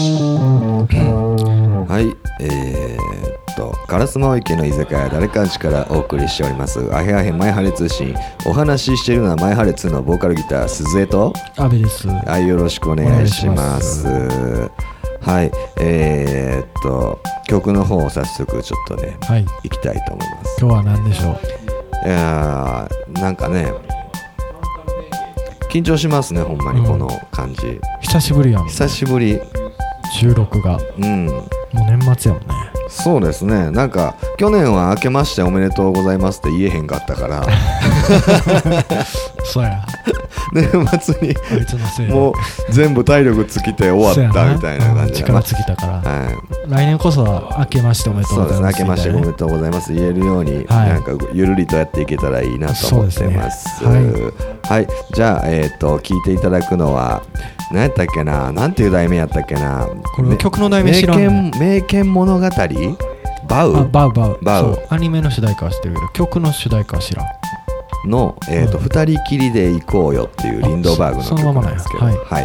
はい、えー、っと、烏丸池の居酒屋、誰かんちからお送りしております、あへあへ前晴れ通信、お話ししているのは前晴れ2のボーカルギター、鈴江と、阿部です。ははい、よろしくお願いします。はい、えー、っと、曲の方を早速ちょっとね、い。いきたいと思います。今日は何でしょう。いやーなんかね、緊張しますね、ほんまにこの感じ。久しぶりやもん、ね。久しぶり、収録が。もうん、う年末やもんね。そうですねなんか去年は「明けましておめでとうございます」って言えへんかったから そうや。年末にあいつのせいで。もう全部体力尽きて終わっそうやたみたいな感じ力尽きたから。はい、来年こそは明けましておめでとうそうごでざいすねま明けます。しておめでう。とうございます言えるように、はいなんかゆるりとやっていけたらいいなと思ってますそうではい、じゃあえっ、と聞いていただくのは何やったっけななんていう題名やったっけなこれめ曲の題名知らんね名犬名犬物語バあ、ウバウバウ。バウそう。アニメの主題歌は知ってるけど、曲の主題歌は知らん。の「えーとうん二人きりで行こうよ」っていうリンドバーグのあそその曲まなまなんんでやすけど、ははい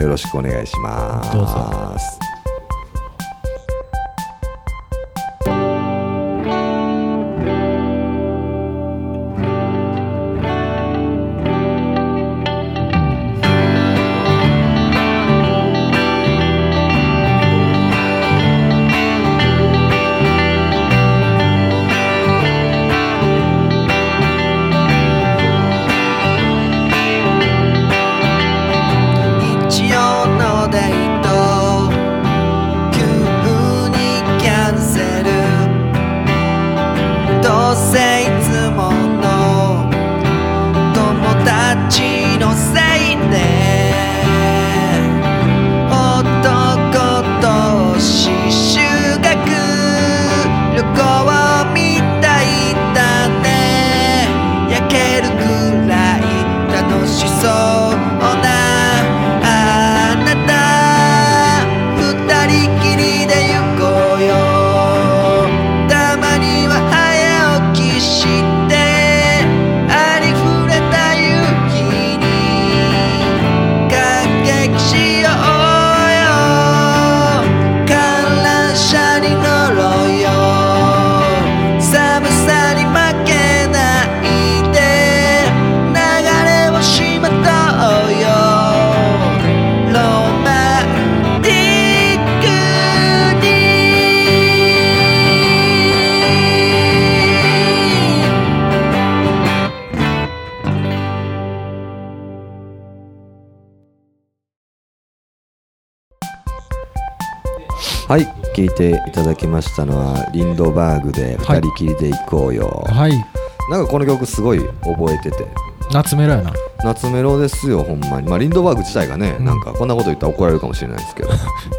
いよろしくお願いします。どうぞ日曜のデート急にキャンセルどうせいつもの友達のせいで男と修学旅行みたいだね焼けるくらい楽しそうなあなた二人きりで行こうよたまには早起きしてありふれた夕日に感激しようよ観覧車に乗ろうよ寒さに負けないで流れをしまとうよロマンティックにはい聞いていただきましたのはリンドバーグで「は二い人きりで行こうよ」はい。なんかこの曲すごい覚えてて夏メロやな。夏メロですよほんまに、まあ、リンドバーグ自体がね、うんなんかこんなこと言ったら怒られるかもしれないですけど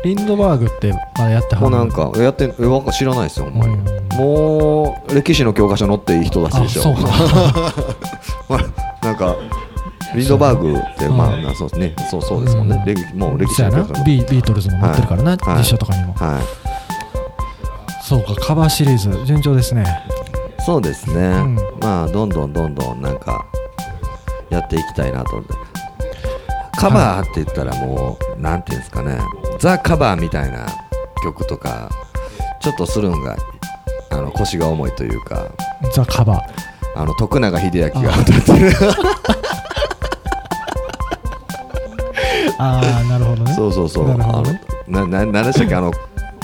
リンドバーグってまだやってはもうるなんかやってえわか知らないですよほんまに、うんもう歴史の教科書載っていい人たちであ、しょ そうか。まあ、なんか、リンドバーグって、うんまあ、なそうですね、そうそうですもんねうん、歴もう歴史そうのやな教科書。ビービートルズも持ってるからな、はい実写とかにも。はい、そうか、カバーシリーズ、順調ですね。そうですね、んまあ、どんどんどんどん、なんか、やっていきたいなと思って。カバーって言ったらもう、なんていうんですかね、ザ・カバーみたいな曲とか、ちょっとするのが、あの腰が重いというか、ザ・カバー。あの徳永英明が歌ってる、あ あ、なるほどね。そうそうそう、な るあほのどね、な、な、なんでしたっけ、あの、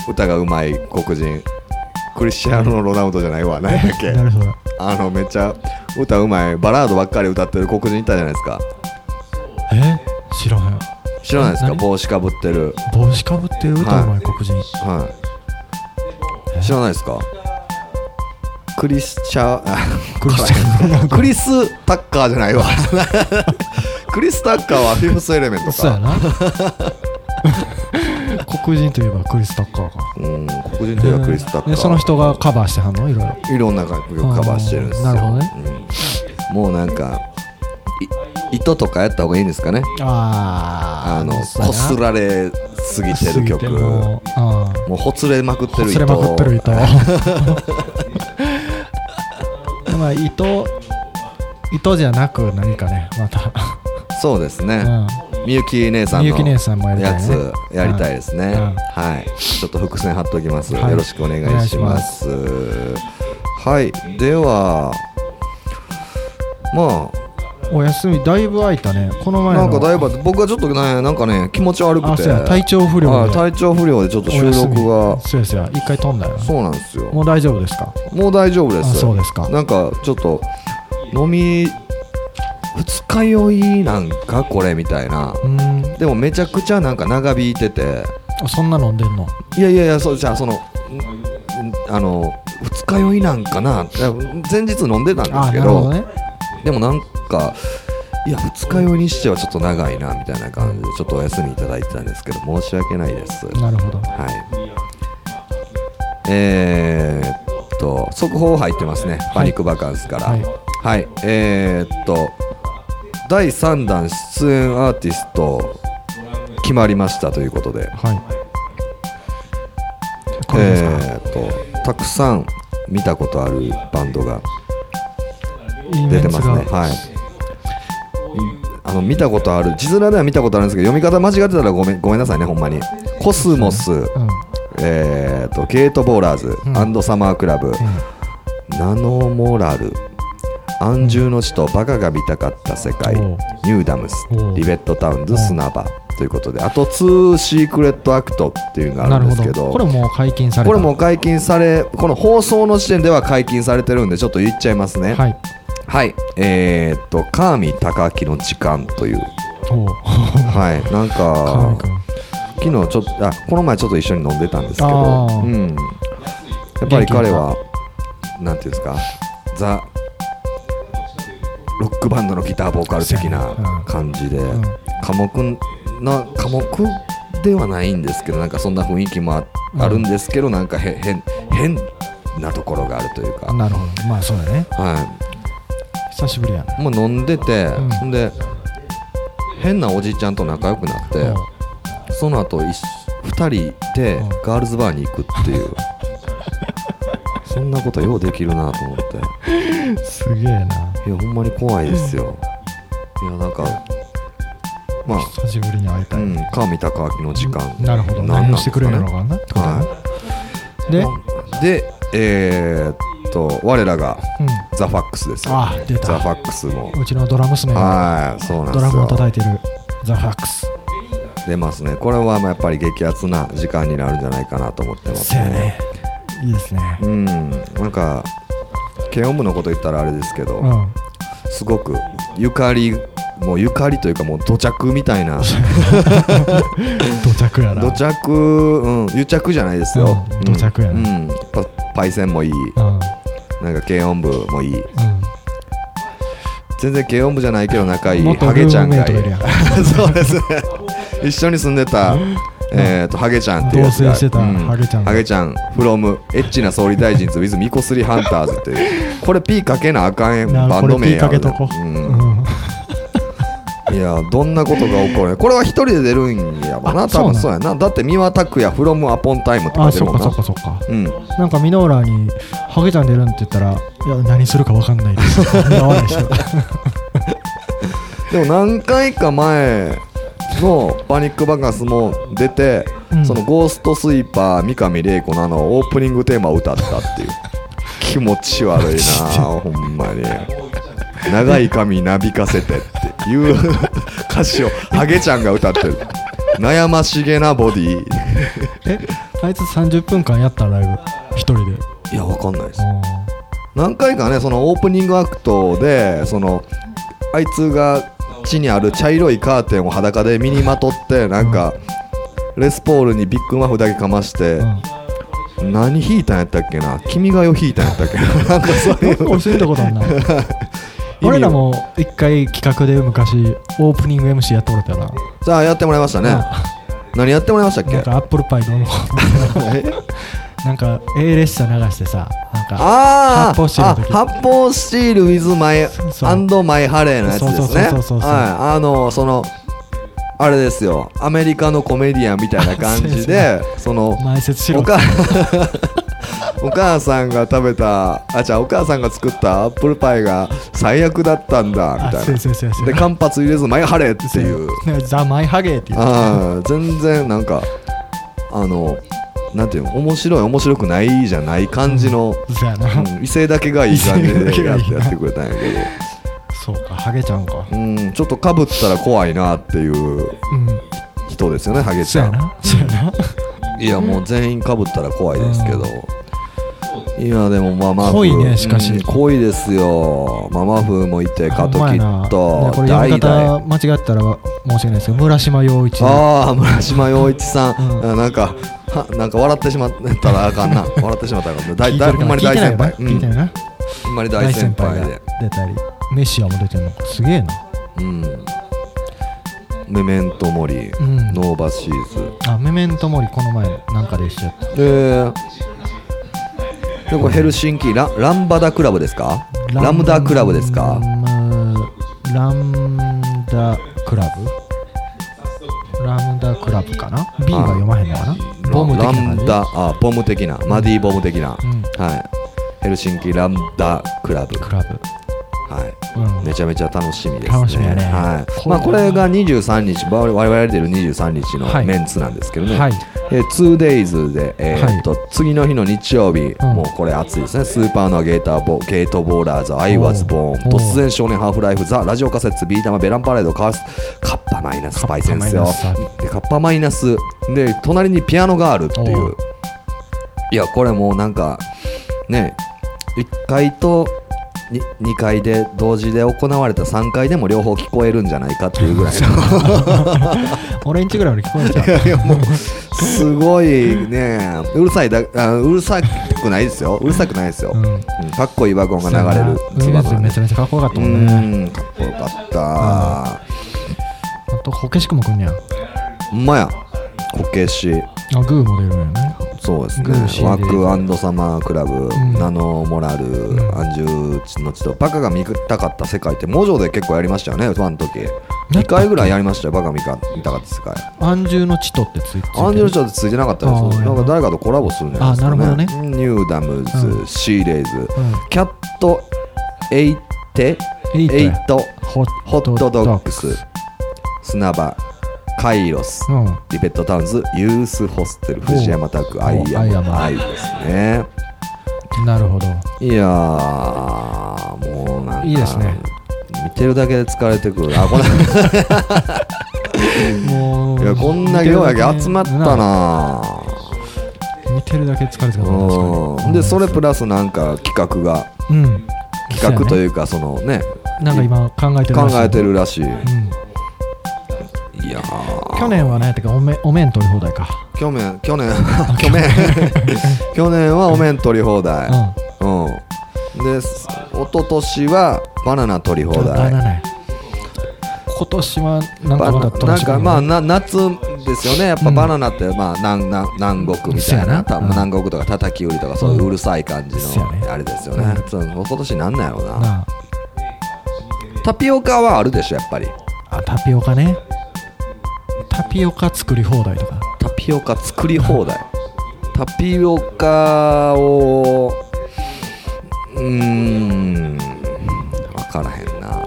歌がうまい黒人。クリスチアーノ・ロナウドじゃないわ、なんだっけな、るほど。あの、めっちゃ歌うまい、バラードばっかり歌ってる黒人いたじゃないですか。え知らへん。知らないですか、何帽子かぶってる。帽子かぶって歌うまい黒人。はい。え知らないですか。クリスチャ ー、クリスチャン・ロナウドクリス・タッカーじゃない わ。クリス・タッカーはフィフス・エレメントそうか。やな。黒人といえばクリス・タッカーか。うん、黒人といえばクリス・タッカー。でその人がカバーしてはんのいろいろ。いろんな楽曲カバーしてるんですよ。あーなるほどねうんもうなんかい糸とかやった方がいいんですかね。ああのそうやこなすられすぎてる曲。ももうあうほつれまくってある擦糸。れまくってる 糸まあ糸糸じゃなく何かねまた、そうですうね。ん、みゆき姉さんみゆきの姉さんもやりたいやねつやりたいですね、うんはいちょっと伏線貼っときます、はいよろしくお願いしますはいではまお休みだいぶ空いたねこのあ前なのんかだいぶ僕はちょっとねなんかね気持ち悪くあてそうや体調不良ではい体調不良でちょっと収録お休がみそうですよ一回飛んだよねそうなんですよもう大丈夫ですかもう大丈夫であすそうですかなんかちょっと飲み二日酔いなんかこれみたいなうーんでもめちゃくちゃなんか長引いててあそんな飲んでんのいやいやいやそうじゃあそのんんあの二日酔いなんかないや前日飲んでたんであすけなどるほどねでもなんかいや二日酔いにしてはちょっと長いなみたいな感じでちょっとお休みいただいてたんですけど申し訳ないですなるほどはい。えー、っと、速報入ってますね、パニックバカンスから。ははいい、えー、っと、第3弾出演アーティスト決まりましたということで、はいこれですか、えー、っと、たくさん見たことあるバンドがいいメ出ンてツますがね。はいあの見たことある字面では見たことあるんですけど読み方間違ってたらごめんごめんなさいねほんまにコスモス、うんえー、とゲートボーラーズ、うんアンドサマークラブ、ナノモラル安住の地とバカが見たかった世界、おうニューダムスおうリベットタウンズうん砂場ということであと2シークレットアクトっていうのうがん、あなるるんでほすけどどこれもう解禁されたこれもう解禁されこの放送の時点では解禁されてるんでちょっと言っちゃいますねは、はいいえー、っと川見隆明の時間という おうはいなん川か上君昨日ちょっとあこの前ちょっと一緒に飲んでたんですけどあ、うーん、やっぱり彼はなんていうんですかザ・ロックバンドのギターボーカル的な感じで、うん寡黙な寡黙ではないんですけどなんかそんな雰囲気もあうんあるんですけど、なんかへ変変なところがあるというか、なるほどまあそうだねは久しぶりやねい、もう飲んでて、んほんで変なおじいちゃんと仲良くなって。その後一緒二人でうんガールズバーに行くって いうそんなことようできるなと思ってうんすげえなやいほんまに怖いですよいやなんかまあ久しぶりに会いたうい、ん川見隆明の時間なるほどなんなん何でをすしかてねくれるのかなってことだねで、はいでえー、っと我らがうん、ザ・ファックスですよあ出ザ・フたァックスもうちのドラ娘がはいそうなんドラムをです叩よいてるザ・ファックス出ますねこれはまあやっぱり激アツな時間になるんじゃないかなと思ってますそうやねいいですねうんなんかケオムのこと言ったらあれですけど、うんすごくゆかりもうゆかりというかもう土着みたいな土着やな土着、うん、癒着じゃないですよ、うん土着やう、なんパパイセンもいいうんうんなんか軽音部もいい全然軽音部じゃないけど仲いい元ハゲちゃんがいルームメイトいるいや んそうですね一緒に住んでたえー、とハゲちゃんっていうやつが同棲してたハゲちゃんがハゲちゃん from エッチな総理大臣ズ with ミコスリハンターズっていうこれ P かけなあかんなバンド 名やこれ P かけとこうんうんいやどんなことが起こるこれは一人で出るんやろなあ多分そそううやなだって三輪拓也 from アポンタイムって書あいてるそもっんかなそっかそっかうんなんかミノーラに「ハゲちゃん出るん?」って言ったら「いや何するか分かんないです」苦笑いし てたでも何回か前のパニックバカンスも出て、うんそのゴーストスイーパー三上玲子のあのオープニングテーマを歌ったっていう 気持ち悪いなほんまに長い髪なびかせてっていう歌詞をハゲちゃんが歌ってる悩ましげなボディえあいつ30分間やったライブ一人でいやわかんないですあ何回かねそのオープニングアクトでそのあいつが地にある茶色いカーテンを裸で身にまとってなんか、レスポールにビッグマフだけかまして、ー何弾いたんやったっけな君が代弾いたんやったっけな なんかそういううん教えたことあ んな味俺らも一回企画で昔オープニング MC やってもらったよなさあやってもらいましたね何やってもらいましたっけなんかアップルパイど うのえなんか A 列車流してさなんか あー発泡スチールの時あ発泡スチール with my そうそう and my ハレーのやつですねそうそうそうそうそうはいあのそのあれですよア メリカのコメディアンみたいな感じでその前説しろおか お母さんが食べたあじゃあお母さんが作ったアップルパイが最悪だったんだあみたいそうなそうそうそうで間髪入れず前晴れっていうそうザ・マイハゲっていうあー全然なんかあのなんていうの面白い面白くないじゃない感じの、そうやなうん、異性だけがいい感じ異性でやだっけがいいてなやってくれたんやけどそうかハゲちゃうんかうんちょっとかぶったら怖いなっていううん人ですよねハゲちそうゃやんなそうやないやもう全員かぶったら怖いですけど、今でもママフ濃いねしかしうん濃いですよママ風もいてカトキほんまやなットねこれ読代み々方間違ったら申し訳ないですけど村島陽一ああ村島陽一さん、うあなんかはなんか笑ってしまったらあかん な笑ってしまったらあかんな聞大いて大るほかんまなに聞い大てない先よな輩聞いてないなうんほんまに大先輩がで出たりメシアも出てるのかすげえなうんメメントモリ、うんノーバシーズあメメントモリこの前なんかで一緒やったででこれヘルシンキラランバダクラブですかラムダクラブですかラムダクラブラムダクラブかな ?B が読まへんのかなボム的ラな感ンじダあボム的なマディボム的な、うんはいヘルシンキランダクラブクラブはいうんめちゃめちゃ楽しみですね。楽しみやねはい。こまれあこれが23日、我々我々出る23日はのいメンツなんですけどね。はいえー、2days で、えーはいっと次の日の日曜日、んもうこれ熱いですね、スーパーのゲーターボゲートボーラーズ、アイワズボーン、おう突然少年ハーフライフ、ザ・ラジオカセッツ、ビー玉、ベランパレード、カース、カッパマイナス、スパイセンスよカッパマイナス、でカッパマイナス、で、隣にピアノがあるっていおうう、いや、これもうなんか、ね、1階とに2階で同時で行われた3階でも両方聞こえるんじゃないかっていうぐらいの。俺んちぐらいまで聞こえちゃうすごいねうるさいだあうるさくないですようるさくないですよ、うんうんかっこいいワゴンが 流れるそうやなツバうんメめちゃめちゃかっこよかったうもんねんかっこよかったあとこけしくもくんねやほんまやこけしあグーも出るんやねそうですグーシねーワでークサマークラブ、んナノモラル、アンジューのちとバカが見たかった世界って文章で結構やりましたよねファンの時け2回ぐらいやりましたよバカ見か見たかった世界安住のチトってついてるアンジェルちょっとついてなかったあでーすなんか誰かとコラボするんじゃないですか、ね、あーなるほニューダムズ、うシーレイズ、んキャットエイテエイトエイやトホホットドッグうス砂場カイロス、んリベットタウンズユースホステル藤山拓アイおアイアアムムアイですねなるほどいやーもうなんかいいですね見てるだけで疲れてくるあこんなもう いやこんな量やけ集まったな見てるだけ疲れてくるうんでそれプラスなんか企画がうん企画とういうかそのねやねなんか今考えてる考らしいえてるらしいういんやー去年は何やったっけおめお面取り放題か去年去年去年去年はお面取り放題ううんで一昨年はバナナ取り放んバナ題ナや今年はなんバかまナだなんかまああな夏ですよねやっぱうんバナナってまあ南南南国みそたやいなな多分うん南国とか叩き売りとかそういううるさい感じそやねのあれですよねうそう今年なんなんやろうななタピオカはあるでしょやっぱりああタピオカねタピオカ作り放題とかタピオカ作り放題タピオカをうーん分からへんな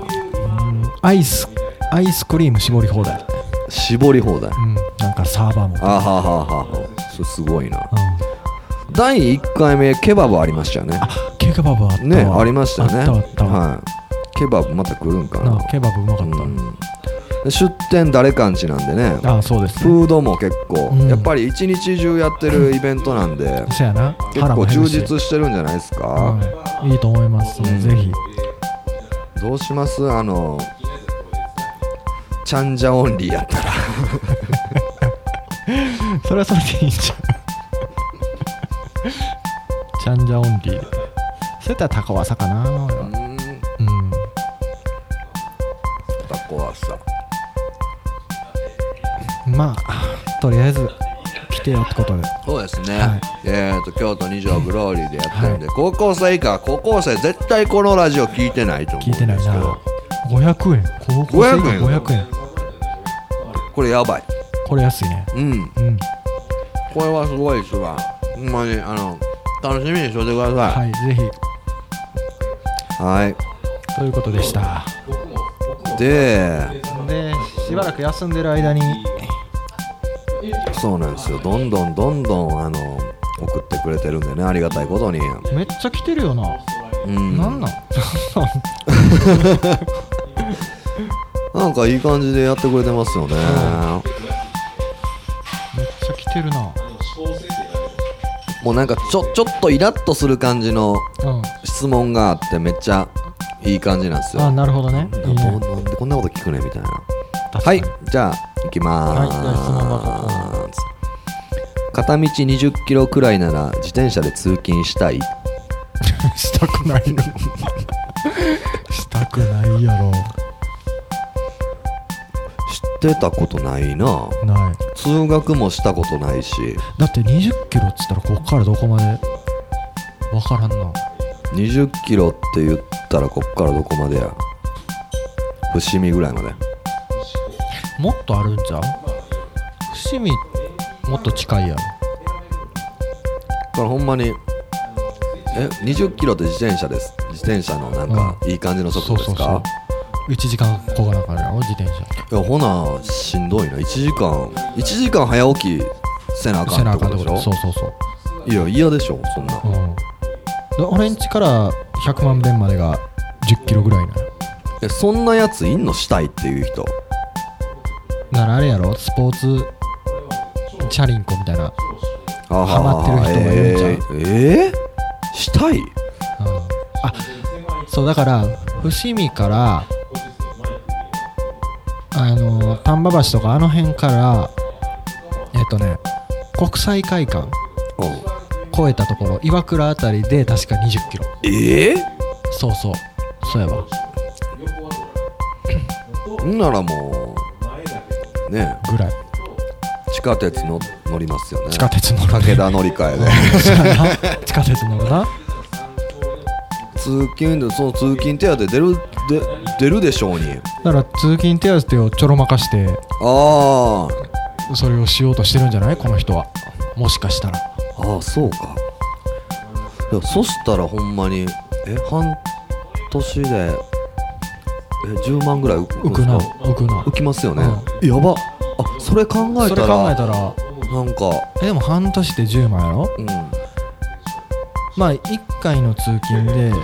アイスアイスクリーム絞り放題絞り放題うんなんかサーバーもあははははそれすごいな第1回目ケバブありましたよねあケバブあったわねありましたよねあったあったわはいケバブまた来るんかななあケバブうまかっうんで出店誰かんちなんでねたああそうですねフードも結構、うんやっぱり一日中やってるイベントなんでそやな結構減充るし実してるんじゃないですか、うんいいと思いますうんぜひ どうしますあのちゃんじゃオンリーやったらそれはそれでいいんじゃん チャンジャオンリーでそれやったらタコワサかな俺はうんタコはさまあとりあえず来てよってことでそうですね、はいえっ、と京都二条グローリーでやってるんで、は高校生以下高校生絶対このラジオ聞いてないと思う聞いてんなでいすけなど500円高校500生以下円500円これやばいこれ安いねうんうんこれはすごいですわほんまにあの楽しみにしといてくださはい、ぜひ。いはい、ということでした。でで、しばらく休んでる間に、そうなんですよどんどんどんどんあの送ってくれてるんでねありがたいことにめっちゃ来てるよな。うんなん なんなんかいい感じでやってくれてますよねめっちゃ来てるな。もうなんかちょちょっとイラッとする感じのうん。質問があってめっちゃいい感じなんですよあ、なるほどね。いいなんかねなんでこんなこと聞くねみたいな確かはにいじゃあ行きまはーいす、じゃあ質問ど片道20キロくらいなら自転車で通勤したい したくないのしたくないやろ知ってたことないなない通学もしたことないしだって2 0キロっつったらこっからどこまでわからんな20キロって言ったらこっからどこまでや伏見ぐらいまでもっとあるんじゃう伏見もっと近いやろだからほんまにえ20キロって自転車です自転車のなんかいい感じの速度ですか、 1時間こがなあかんやろ自転車いやほなしんどいな1時間1時間早起きせなあかせんなっあてかこんととでこしとょそうそうそういや嫌でしょそんなうんで俺んちから100万遍までが10キロぐらいなのえそんなやついんのしたいっていう人ならあれやろスポーツチャリンコみたいな、あはハマってる人もいるんちゃうえーえーしたいうん、あそうだから伏見からあの丹波橋とかあの辺からえっとね国際会館うん越えたところ岩倉あたりで確か2 0キロえそうそうそうやわーんならもうねぐらい地下鉄の乗りますよね地下鉄乗る武田乗り換えで地下鉄乗るな通勤でその通勤手当出るで出るでしょうにだから通勤手当をちょろまかしてあーそれをしようとしてるんじゃないこの人はもしかしたらああそうかいやそしたらほんまにえ半年でえ10万ぐらい浮浮くな浮くな浮きますよね、やばあそれ考えそたれら考えたらなんかえでも半年で10万やろうんまあ1回の通勤でだ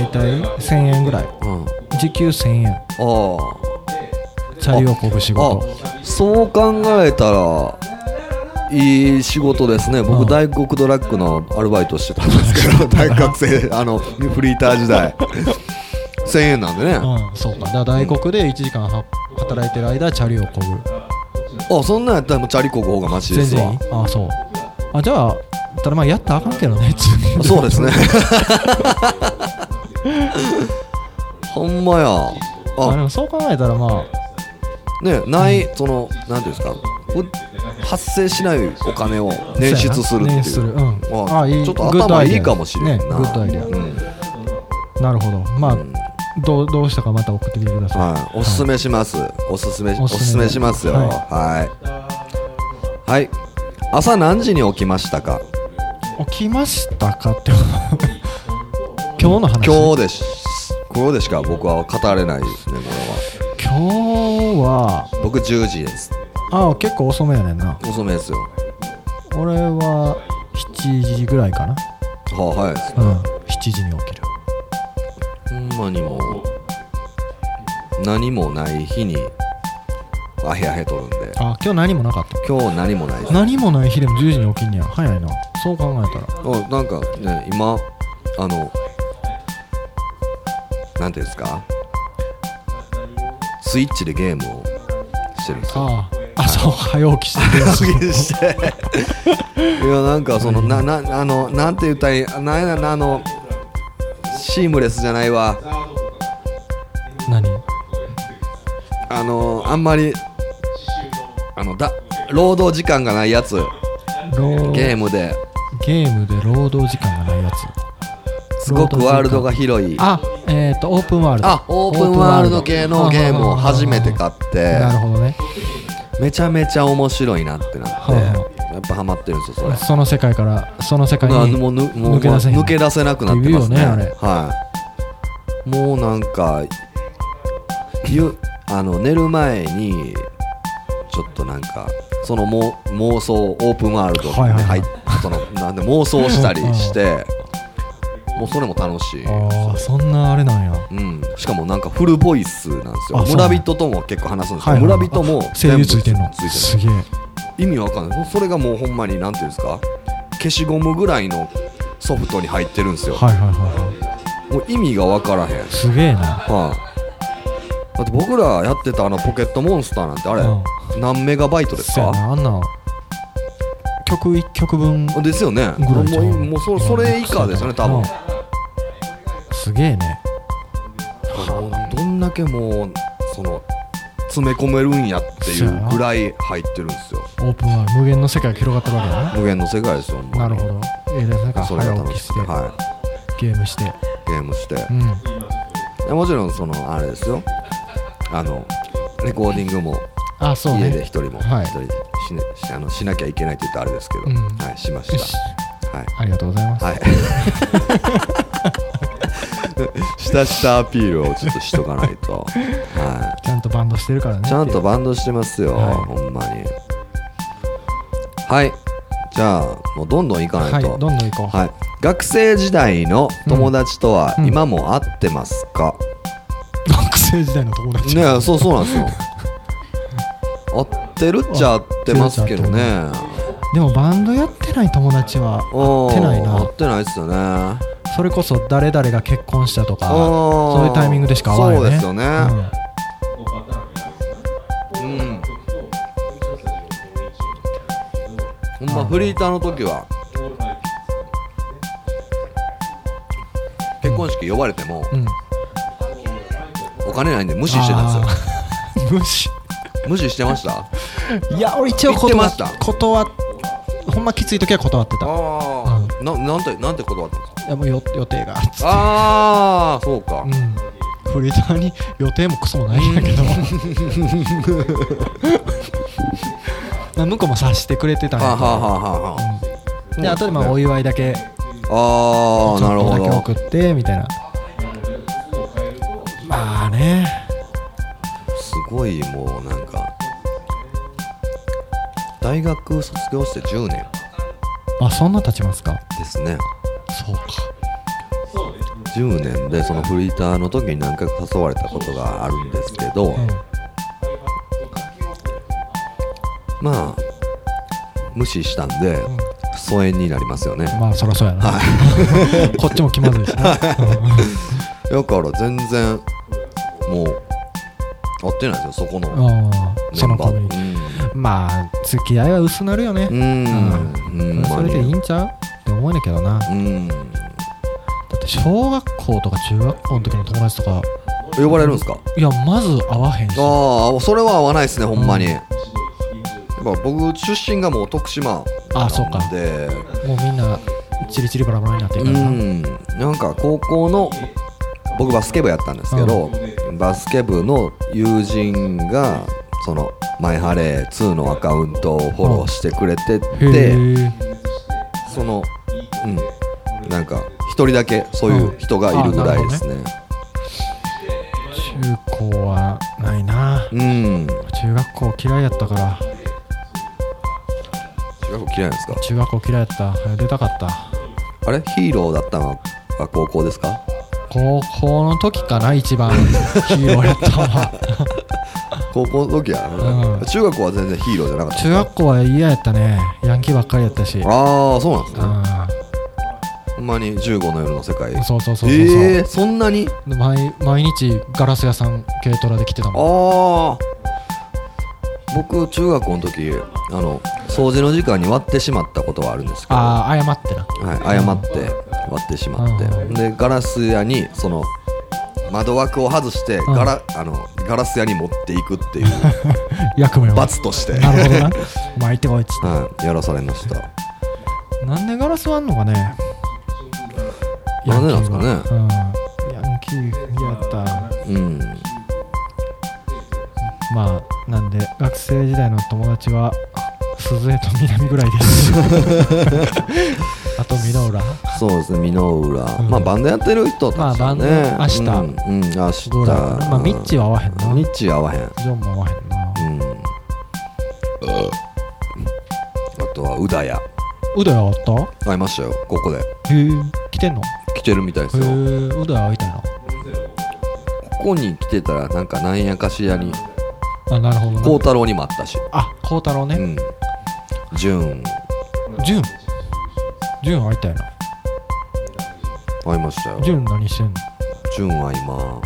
いたい1000円ぐらいうん時給1000円あチャリをこぐ仕ああ事そう考えたらいい仕事ですねうん僕大黒ドラッグのアルバイトしてたんですけ ど大学生あのフリーター時代1000円なんでね、うんそうかだから大黒で1時間は働いてる間チャリをこぐあそんなんやったらもうチャリこぐ方がマシです全然わいいああそうあじゃあただまあやったらあかんけどね 通勤そうですね ほんまやああでもそう考えたらまあねない、そのなんていうんですかう発生しないお金を捻出するって捻出いすうるうんああいいちょっとグッド頭アイデアいいかもしれんな、ねグッドアイデアうんなるほどうまあんどうどうしたかまた送ってみてくださはい、おすすめします、おすすめおおすすめすすめしますよははいはい朝何時に起きましたかい起きましたかって 今日の話今日です今日でしか僕は語れないですねこれ今日はは僕10時ですあ結構遅めやねんな遅めですよ俺は7時ぐらいかなはあ、はいうん7時に起きるほんまにもう何もない日にあへあへとるんであ今日何もなかった今日何もないです何もない日でも10時に起きんねや早いなそう考えたらあなんかね今あのなんていうんですかスイッチでゲームをしてるんですよああ朝早起きして るしていやなんかそのななあのなんて言ったらいいなんやなあのシームレスじゃないわ何あのあんまりあのだ労働時間がないやつローゲームでゲームで労働時間がないやつすごくワールドが広いああえっ、とオープンワールドオープンワールド系のゲームを初めて買っなてるほどねめちゃめちゃ面白いなってなはあっはやっぱハマってるんですよそれその世界からその世界なにもうぬもう抜け出せへんもう抜け出せなくなってますね言うよねあれはいもうなんかゆあの寝る前にちょっとなんかそのもう妄想オープンワールドにはいはいは入いっそのなんで妄想した りしてもうそれも楽しいああそんなあれなんやうん、しかもなんかフルボイスなんですよあそう村人とも結構話すんですけはいどはい村人も声優ついてんの全部ついてすげえる意味わかんないそれがもうほんまになんていうんですか消しゴムぐらいのソフトに入ってるんですよはいはいはいはもう意味が分からへん、いすげえなはいだって僕らやってたあのポケットモンスターなんてあれ、う何メガバイトですそかやなあんな曲1曲分ぐですよねもらういちゃもうもうそそれ以下ですよね多う分んすげえねどんだけもうその詰め込めるんやっていうぐらい入ってるんですよオープンは無限の世界が広がってるわけだね無限の世界ですよほんまなにるほどええでなんかそれが早楽起きししくて、てはゲームしてい、ゲームして、うんでもちろんそのあれですよあのレコーディングもあそうね家で一人もはい一人でし,、ねしあのしなきゃいけないって言ったらあれですけど、うんはい、しまよししたはい、ありがとうございますはい したしたアピールをちょっとしとかないと、はちゃんとバンドしてるからい、ねちゃんとバンドしてますよ、はいほんまにはいじゃあもうどんどん行かはないいと、どんどん行こうはい、学生時代の友達とはうん今も会ってますか、学生時代の友達ねえそうそうなんです よ会ってるっちゃ会ってますけどねでもバンドやってない友達はうん会ってないな会ってないっすよねそれこそ誰々が結婚したとかうんそういうタイミングでしか会わないそうでねすよねうんうんほんまフリーターの時は結婚式呼ばれてもうんお金ないんで無視してたんですよ あー無視無視してましたあいや俺一応言って断まっした断っほんまきつい時は断ってたあーななんてなんて断ったんですかいやもうよ予定がつってああそうかうんフリーターに予定もクソもないんやけ どまあ向こうも察してくれてたんあやはけどはははうんで後でまあお祝いだけああなるほどちょっとだけ送ってみたいなまあねすごいもうなんか大学卒業して10年あそんな経ちますかですねそうか10年でそのフリーターの時に何回か誘われたことがあるんですけど、うんまあ無視したんでん疎遠になりますよね、まあそりゃそうやな、 こっちも気まずいしな、だから全然もう合ってないですよそこのうメんうん、そのンバ子ーにまあ付き合いは薄なるよねう、んうんうんそれでいいんちゃうって思うねんだけどなだうんって小学校とか中学校の時の友達とか呼ばれるんですかいやまず会わへんしああそれは合わないですねほんまに、うんやっぱ僕出身がもう徳島あそうかなんでもうみんなチリチリバラバラになっていうくからな、んなんか高校の僕バスケ部やったんですけど、バスケ部の友人がその「マイハレー2」のアカウントをフォローしてくれてて、へえそのうんなんか一人だけそういう人がいるぐらいですね中高はないなうん中学校嫌いやったから中学校嫌いなんですか中学校嫌いやった早出たかったあれヒーローだったのは高校ですか高校の時かな 一番ヒーローやったのは高校の時は、うん中学校は全然ヒーローじゃなかった中学校は嫌やったねヤンキーばっかりやったしああそうなんですねうほんまに15の夜の世界んそうそうそうそうそう、ええー、そんなにで毎毎日ガラス屋さん軽トラで来てたもんああ僕中学校の時あの掃除の時間に割ってしまったことはあるんですけど、は、ああ謝ってない誤って割ってしまって、うんでガラス屋にその窓枠を外してんガラ,、あのガラス屋に持っていくっていう 役目を罰として、なるほど なお前行ってこいっつっはい、やらされましたてなんでガラス割んのかねなんでなんですかねヤンキーはうんヤンキー嫌やったうんまあなんで学生時代の友達は鈴江と南ぐらいです あと美濃浦そうですね、美濃浦、んまあバンドやってる人たちだね、まあバンド明うん、うん、明日、ぐらいかなまあミッチは合わへんなミジッチ合わへん、うん、ョンも合わへんなあとは宇田屋うだやあった会いましたよここでへえ来てんの来てるみたいですへよえうだや会いたいなここに来てたらなんかなんやかしやにあなるほど孝ね太郎にもあったしあ孝太郎うねん潤潤潤会いたいな会いましたよ潤何してんの潤は今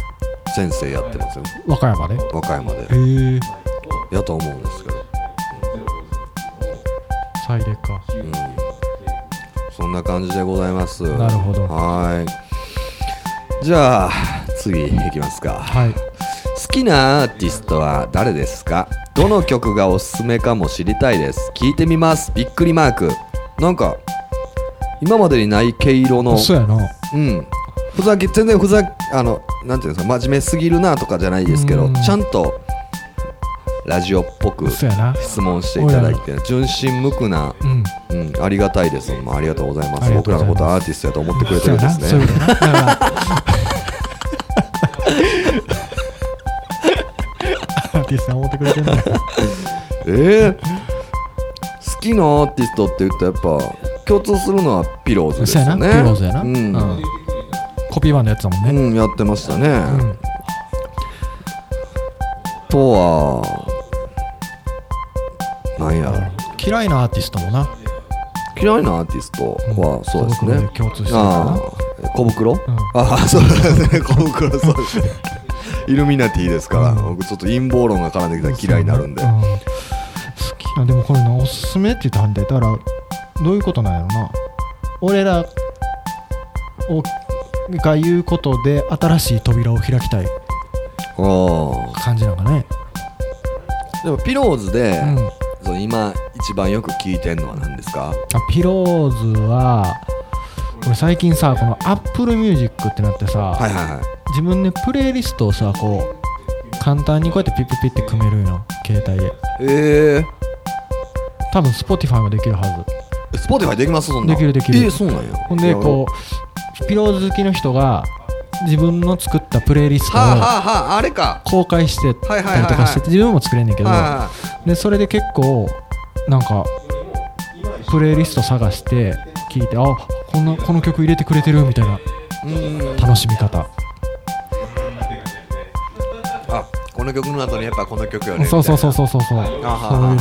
先生やってますよ和歌山でへ和歌山でえやと思うんですけど、サイレかうん、そんな感じでございますなるほどはーいじゃあ次いきますかはい好きなアーティストは誰ですかどの曲がおすすめかも知りたいです聞いてみますびっくりマークなんか今までにない毛色のそうやなうんふざけ全然ふざあのなんていうんですか真面目すぎるなとかじゃないですけうどんちゃんとラジオっぽくそうやな質問していただいて純真無垢な、うんうん、ありがたいです、まあ、ありがとうございますありがと僕うらのございますことはアーティストやと思ってくれてそうるんでやなすそうねいうことやなだから アーティストは思ってくれてんのえー、好きなアーティストって言ったらやっぱ共通するのはピローズですそうやよなピねローズやなううんん、コピー版のやつだもんうねんやってましたね、うんとはなんや嫌いなアーティストもな嫌いなアーティストはそうですね、孤独で共通してるあかあ小袋、んああそうですね小袋そうですね イルミナティですから、うん僕ちょっと陰謀論が絡んできたら嫌ないになるんで、う好きなでもこれなおすすめって言ったんでだからどういうことなんやろな俺らをが言うことで新しい扉を開きたいああ感じなんかね、でもピローズで、うん、あそう今一番よく聞いてんのは何ですかピローズは俺最近さこのアップルミュージックってなってさ、はいはいはい自分でプレイリストをさこう簡単にこうやってピッピッピッって組めるの携帯でえ多分 Spotify もできるはずえスポーティファイできますそんなんできるできるえーそうなんやほんでこううピローズ好きの人が自分の作ったプレイリストをはあはあはああれか公開してたはいりはいはいはいとかしてて自分も作れんねんけどはでそれで結構なんかプレイリスト探して聞いてあこんなこの曲入れてくれてるみたいないはいうん楽しみ方あこの曲の後にやっぱこの曲よねそうそうそううそうそうそうそういうのあはは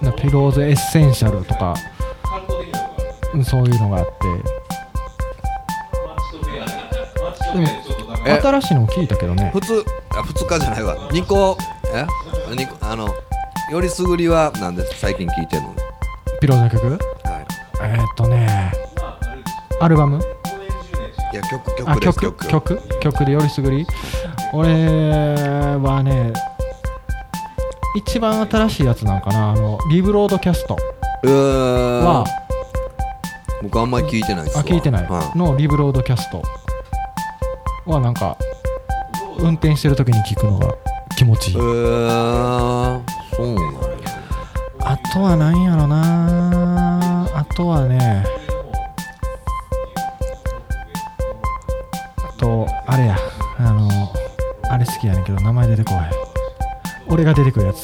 がなピローズエッセンシャルとかうんそういうのがあってでもえ新しいのも聞いたけどね普通あ普通かじゃないわ二個え二個あのよりすぐりは何です最近聞いてんのピローズの曲はいえーっとねアルバムいや曲あ曲です曲曲曲でよりすぐり俺はね一番新しいやつなんかなあのリブロードキャストうーんは、僕あんまり聞いてないですあわ聞いてない、はのリブロードキャストはなんか運転してる時に聞くのが気持ちいいいへえー、そうなんやあとは何やろなあとはねあとあれやあのあれ好きやねんけど名前出てこない俺が出てくるやつ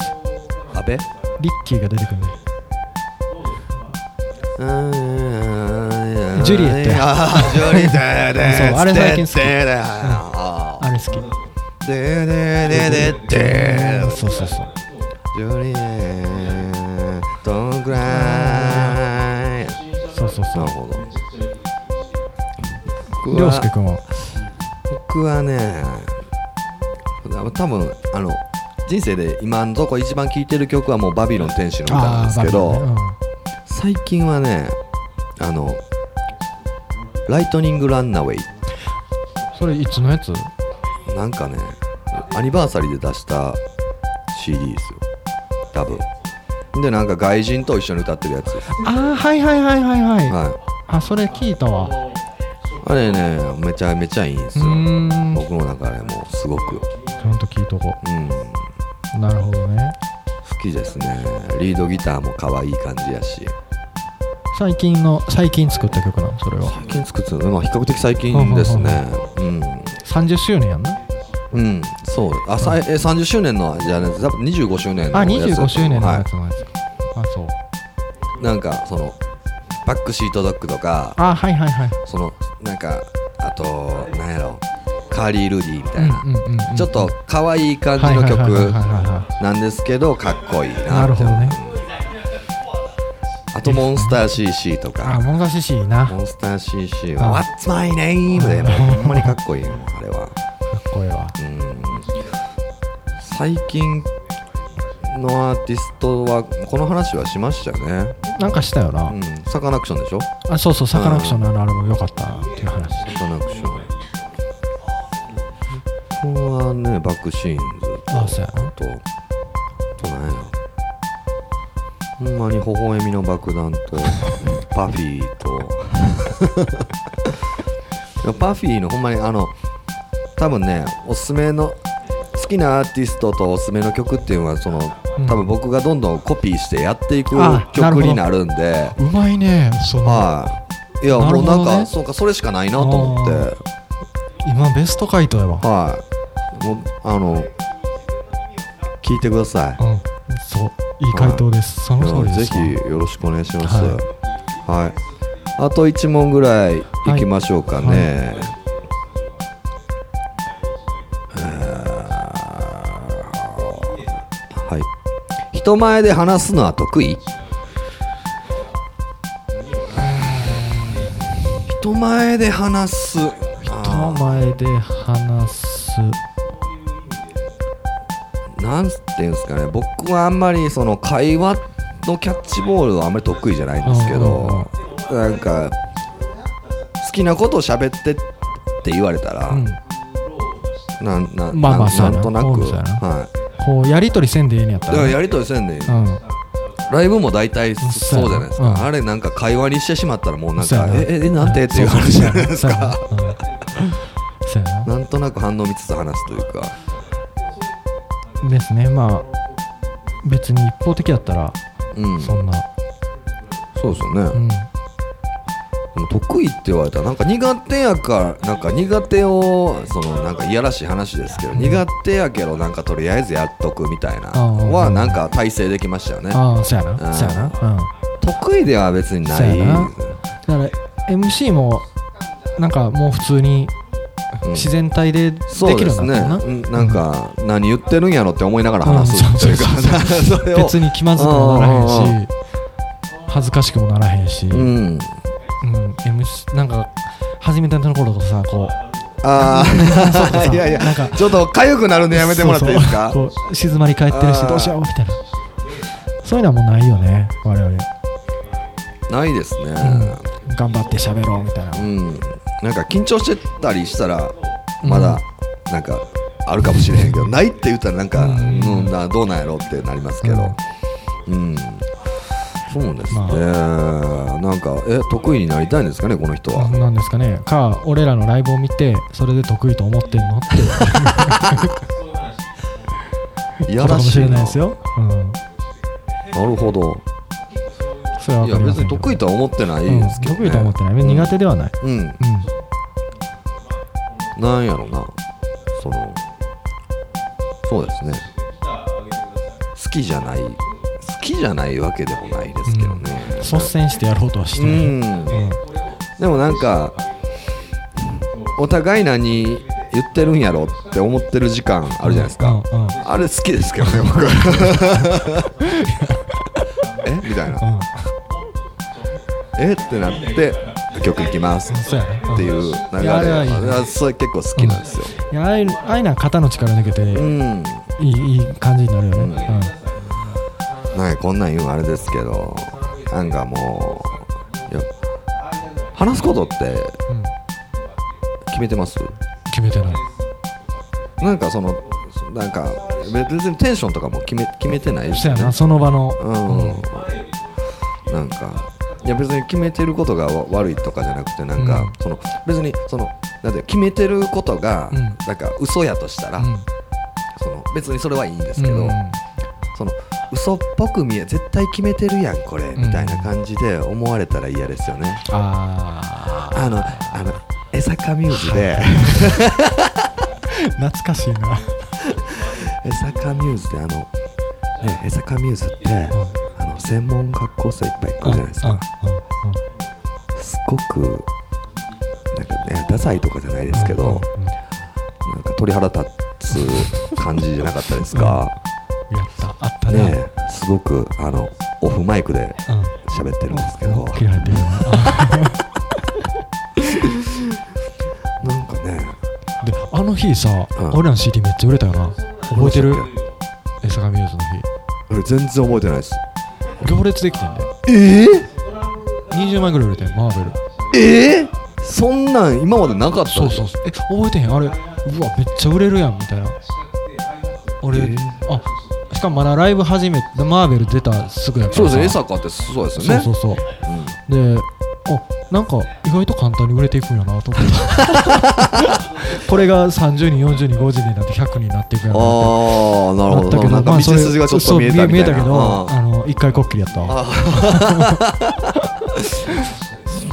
安倍リッキーが出てくるねジュジュリエットやジュリエットやで そうあれ最近好きででああれ好きーでででででそうそうそうジュリエットぐらいそうそうなそるほどう僕涼は介君は僕はね多分あの人生で今のとこ一番聴いてる曲はもうバビロン天使の歌なんですけど、ーバビロンね最近はねあのライトニングランナウェイうんそれいつのやつなんかね、アニバーサリーで出した CD ですよ。多分。で、なんか外人と一緒に歌ってるやつです。ああはいはいはいはいはい、はい。あそれ聞いたわあれね、めちゃめちゃいいんでうすよ。ーんち僕の中でもすごく。ゃんと聞いとこうん。うなるほどね好きですねリードギターも可愛い感じやし最近の最近作った曲なのそれは最近作ってたのまあ比較的最近ですねうん30周年やんなうんそうあさいえ30周年のじゃないです多分25周年のあやつだと25周年のはやつのやつか、あそうい、なんかそのバックシートドッグとかあはいはいはいそのなんかあとなんやろカーリー・ルディみたいな、うんうんうんうんちょっと可愛い感じの曲はいはいはいはいはいはなんですけどかっこいいなってなるほどねあとモンスター CC とあか物差ししいいなかモっンスター CC あは「What's My Name」であほんまにかっこいいよあれはこいいわうん最近のアーティストはこの話はしましたよねなんかしたよな、うんサカナクションでしょあそうそうサカナクションのあのアルバム良かったっていう話サカナクション僕はねバックシーンズあそうやなとあと何やろほんまに微笑みの爆弾とパフィー とパフィーのほんまにあの多分ねおすすめの好きなアーティストとおすすめの曲っていうのはそのうん多分僕がどんどんコピーしてやっていくあなるほ曲どになるんでうまいねその、はいいやなるもほうどねなんかそうかそれしかないなと思って今ベスト回答やわはいもうあの聞いてくださいうんそういい回答ですその通りでぜすひよろしくお願いします。ははい。あと1問ぐらい行きましょうかね。はいえーはい。人前で話すのは得意人前で話す。人前で話すなんていうんですかね僕はあんまりその会話のキャッチボールはあんまり得意じゃないんですけどなんか好きなことを喋ってって言われたら、うんなんなまあまあそうなやんななんとなくそうやなはいこうやり取りせんでええんやっだたかららねやりとりせんでいい、うんライブも大体そそうそうじゃないですか、うんあれなんか会話にしてしまったらもうなんそうやか「なえええなんて?」っていう話じゃないですかそうやなそうやなうんそうやなんとなく反応見つつ話すというかなですねまあ別に一方的やったらうんそそんなうですよね、うんでも得意って言われたらなんか苦手やからなんか苦手をそのなんかいやらしい話ですけど、ん苦手やけどなんかとりあえずやっとくみたいなあーはなんか体制できましたよねああそうやなうんそうやなうん得意では別にないそうやなだから MC もなんかもう普通にうん自然体ででそうきでるよすうにねなったうよんなんか何言ってるんやろって思いながら話うんすというかそうそうそう それなを別に気まずくもならへうんうんうんし恥ずかしくもならへんし、ううんん MC なんか初めての頃とかさこうあ あ いやいやなんかちょっと痒くなるんでやめてもらっていいですかそうそうこう静まり返ってるあしーどうしようみたいなそういうのはもうないよね我々、ないですね、うん、頑張って喋ろうみたいな、うん、なんか緊張してたりしたらまだなんかあるかもしれへんけど、ないって言ったらなんか、うんうんなどうなんやろってなりますけど、うんそうですね、なんかえ得意になりたいんですかねこの人は、なんですかねか俺らのライブを見てそれで得意と思ってんのっていこやとからもししいれなないですよ、うん、なるほどそれはい分やかりま別せんにけど得意とは思ってないうんですけど、ね得意とは思ってない苦手ではない、うん、うん、なんやろなそのそうですね好きじゃない好きじゃないわけでもないですけどね、率先してやろうとはしうてない、ん、でもなんかお互い何言ってるんやろって思ってる時間あるじゃないですか、うんうんうんあれ好きですけどね僕 えみたいなえってなって曲いきますうんそうやね、うんっていう流れいやあれはいいねあそれ結構好きなんですよいやああいうああいうのは肩の力抜けてういん、い,、いい感じになるよね、ううんんなんかこんなん言うのあれですけどなんかもういや話すことってうん決めてます決めてないなんかそのなんか別にテンションとかも決め決めてないですそうよやねなその場の、うん、なんかいや別に決めてることがわ悪いとかじゃなくてなんか、うんその別にそのなんて決めてることが、うんなんか嘘やとしたら、うんその別にそれはいいんですけうど、んその嘘っぽく見え絶対決めてるやんこれんみたいな感じで思われたら嫌ですよね、ああのあの江坂ミューズで、ー懐かしいな、江坂ミューズであの、ね、江坂ミューズって、あの専門学校生いっぱい来るじゃないですかうんうんうんすごくなんかねダサいとかじゃないですけど、うんうんなやんか鳥肌立つ感じじゃなかったですか、ったあったねねえすごくあのオフマイクでうん喋ってるんですけど、切られてるなあなんかねであの日さ、うん俺らの CD めっちゃ売れたよな覚えてるどうでし江坂ミューズの俺全然覚えてないです日行列できてんだよえ20枚ぐらい売れてんマーベルえええそんなん今までなかったそうそうそうえ覚えてへんあれうわめっちゃ売れるやんみたいな俺、えーあしかもまだライブ始めてマーベル出たすぐやからそうですね江さ坂ってそうですそようねそうそううんであなんか意外と簡単に売れていくんやな と思ったこれが30人40人50人になって100人になっていくんやなっああなるてほあっどたけどなんかまあ道それ筋がちょっそとう見えたみたいな、けあどーあの一回こっきりやったわ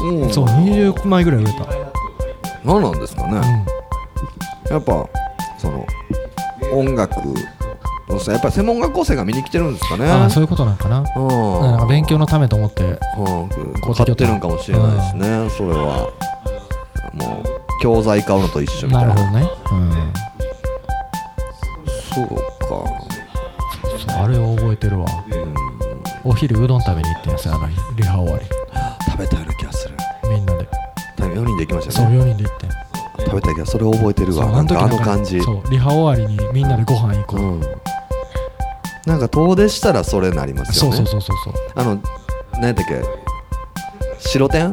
うんそう20枚ぐらい売れた、何なんですかね、うやっぱその音楽のさやっぱり専門学校生が見に来てるんですかねん、ああそういうことなんかなうんなんか勉強のためと思ってうん、買ってるんかもしれないですね、それはもう教材買うのと一緒みたないるなほどね、うん、そうかそうあれを覚えてるわお昼うどん食べに行ってんすよあの日リハ終わり食べたような気がするみんなで4人で行きましたそうよね4人で行ってん食べたけどそれを覚えてるそうわなんかあの時感じそうリハ終わりにみんなでご飯行こう、うんなんか遠出したらそれになりますそようねそうそうそうそうあの何やったっけ白天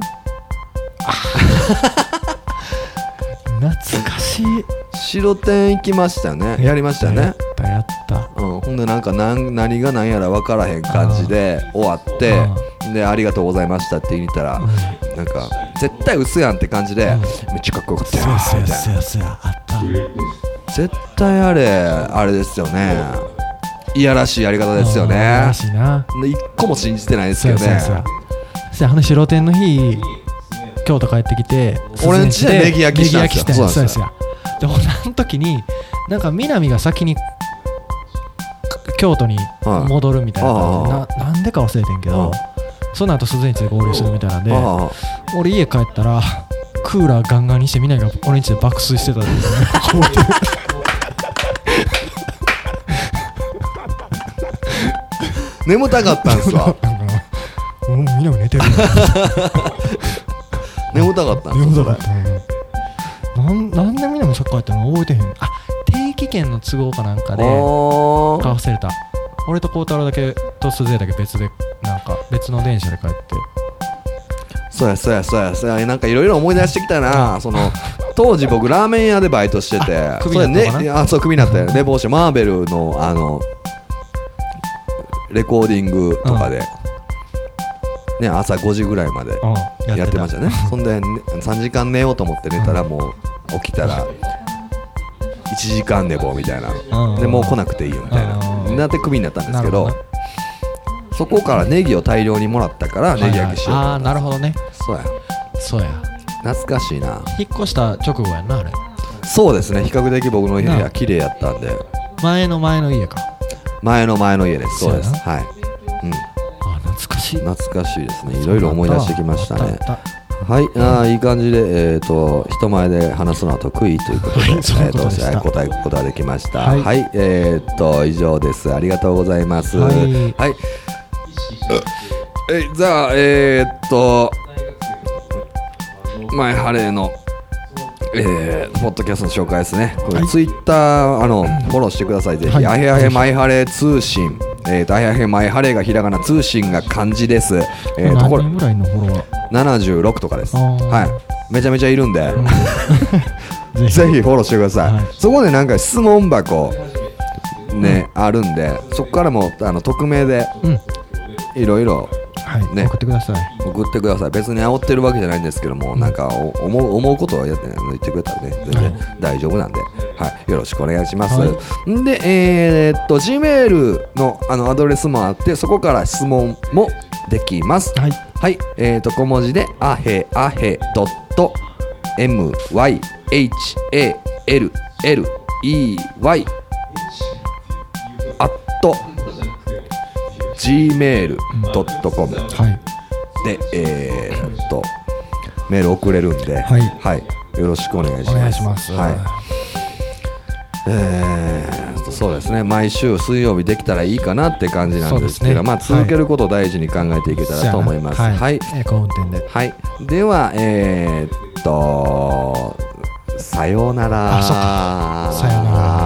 懐かしい白天行きましたよねやりましたよやねったやったうん、ほんでなんか何何が何やら分からへん感じで終わってでありがとうございましたって言いに行ったら、うなんか絶対嘘やんって感じで、うんめっちゃかっこよかったそよやそみやたいそなやそやあった絶対あれあれですよねいやらしいやり方ですようんねらしいなで一個も信じてないですそけどやそやねそやそしたらあの白天の日京都帰ってきて俺ん家でネギ焼きしたんですよネギ焼きしたんやそうそうやそうやでほなあの時になんか南が先にか京都にはい戻るみたいな感じで、あななんでか忘れてんけうんどその後鈴について合流するみたいなんでああ俺家帰ったらクーラーガンガンにしてみんなが俺ん家で爆睡してたんで すよね覚えてる眠たかったんです わなんかもうみんなが寝てる眠たかったんです夜空なんなんでみんなもサッカーやったの覚えてへんあ定期券の都合かなんかでお買ーわせれた俺と孝太郎だけと鈴江だけ別でなんか別の電車で帰ってそうやそうやそうやそうやなんかいろいろ思い出してきたなその当時僕ラーメン屋でバイトしててあクビそうにやなったのかなねあそうクビになったよね帽子マーベルのあのレコーディングとかで、ね朝5時ぐらいまでうんやってました ねそんで、ね、3時間寝ようと思って寝たらもう起きたら1時間寝坊みたいなうんでもう来なくていいよみたいなうんなってクビになったんですけなどるほどそこからネギを大量にもらったからネギ焼きしようとはいはいあ思あっなたるほどねそうやそうや懐かしいな引っ越した直後やんなあれそうですね比較的僕の家なはあ綺麗やったんで前の前の家か前の前の家ですそうですそうやはい、うん、あ懐かしい懐かしいですねいろいろ思い出してきましたあっねあったはいあーいい感じで、えー、と人前で話すのは得意ということで,、はいそういうことでしえたーと答えることができましたは、はいいえっ、と以上ですありがとうございますははいい、うえじゃあえっ、と前ハレーのえーポッドキャストの紹介ですね、これはいツイッターあのフォローしてください、ぜひ、はいあへあへマイハレー通信、えーとあへあへマイハレーがひらがな、通信が漢字です、えーとこれ何人ぐらいのフォロワ76とかです、あーはい、めちゃめちゃいるんで、ーぜ ひぜひフォローしてください、はいそこでなんか質問箱ね、あるんでそこからもあの匿名でうんいろいろはい、ね送ってください送ってください別に煽ってるわけじゃないんですけども、なんかお思う思うことをやって言ってくれたらね全然大丈夫なんで、はいはい、よろしくお願いします。はんで、えーっと、Gmail のあのアドレスもあって、そこから質問もできます。はいはい、えー、と小文字であへあへ .myhaley アット gmail.com はいで、えー、とメール送れるんで、はいよろしくお願いします。お願いしますはいえー、とそうですね毎週水曜日できたらいいかなって感じなんですけどそうですねまあ、続けることを大事に考えていけたらと思います。そうやなははいいえー小運転ではい、では、えーっと、さようなら。あそうかさようなら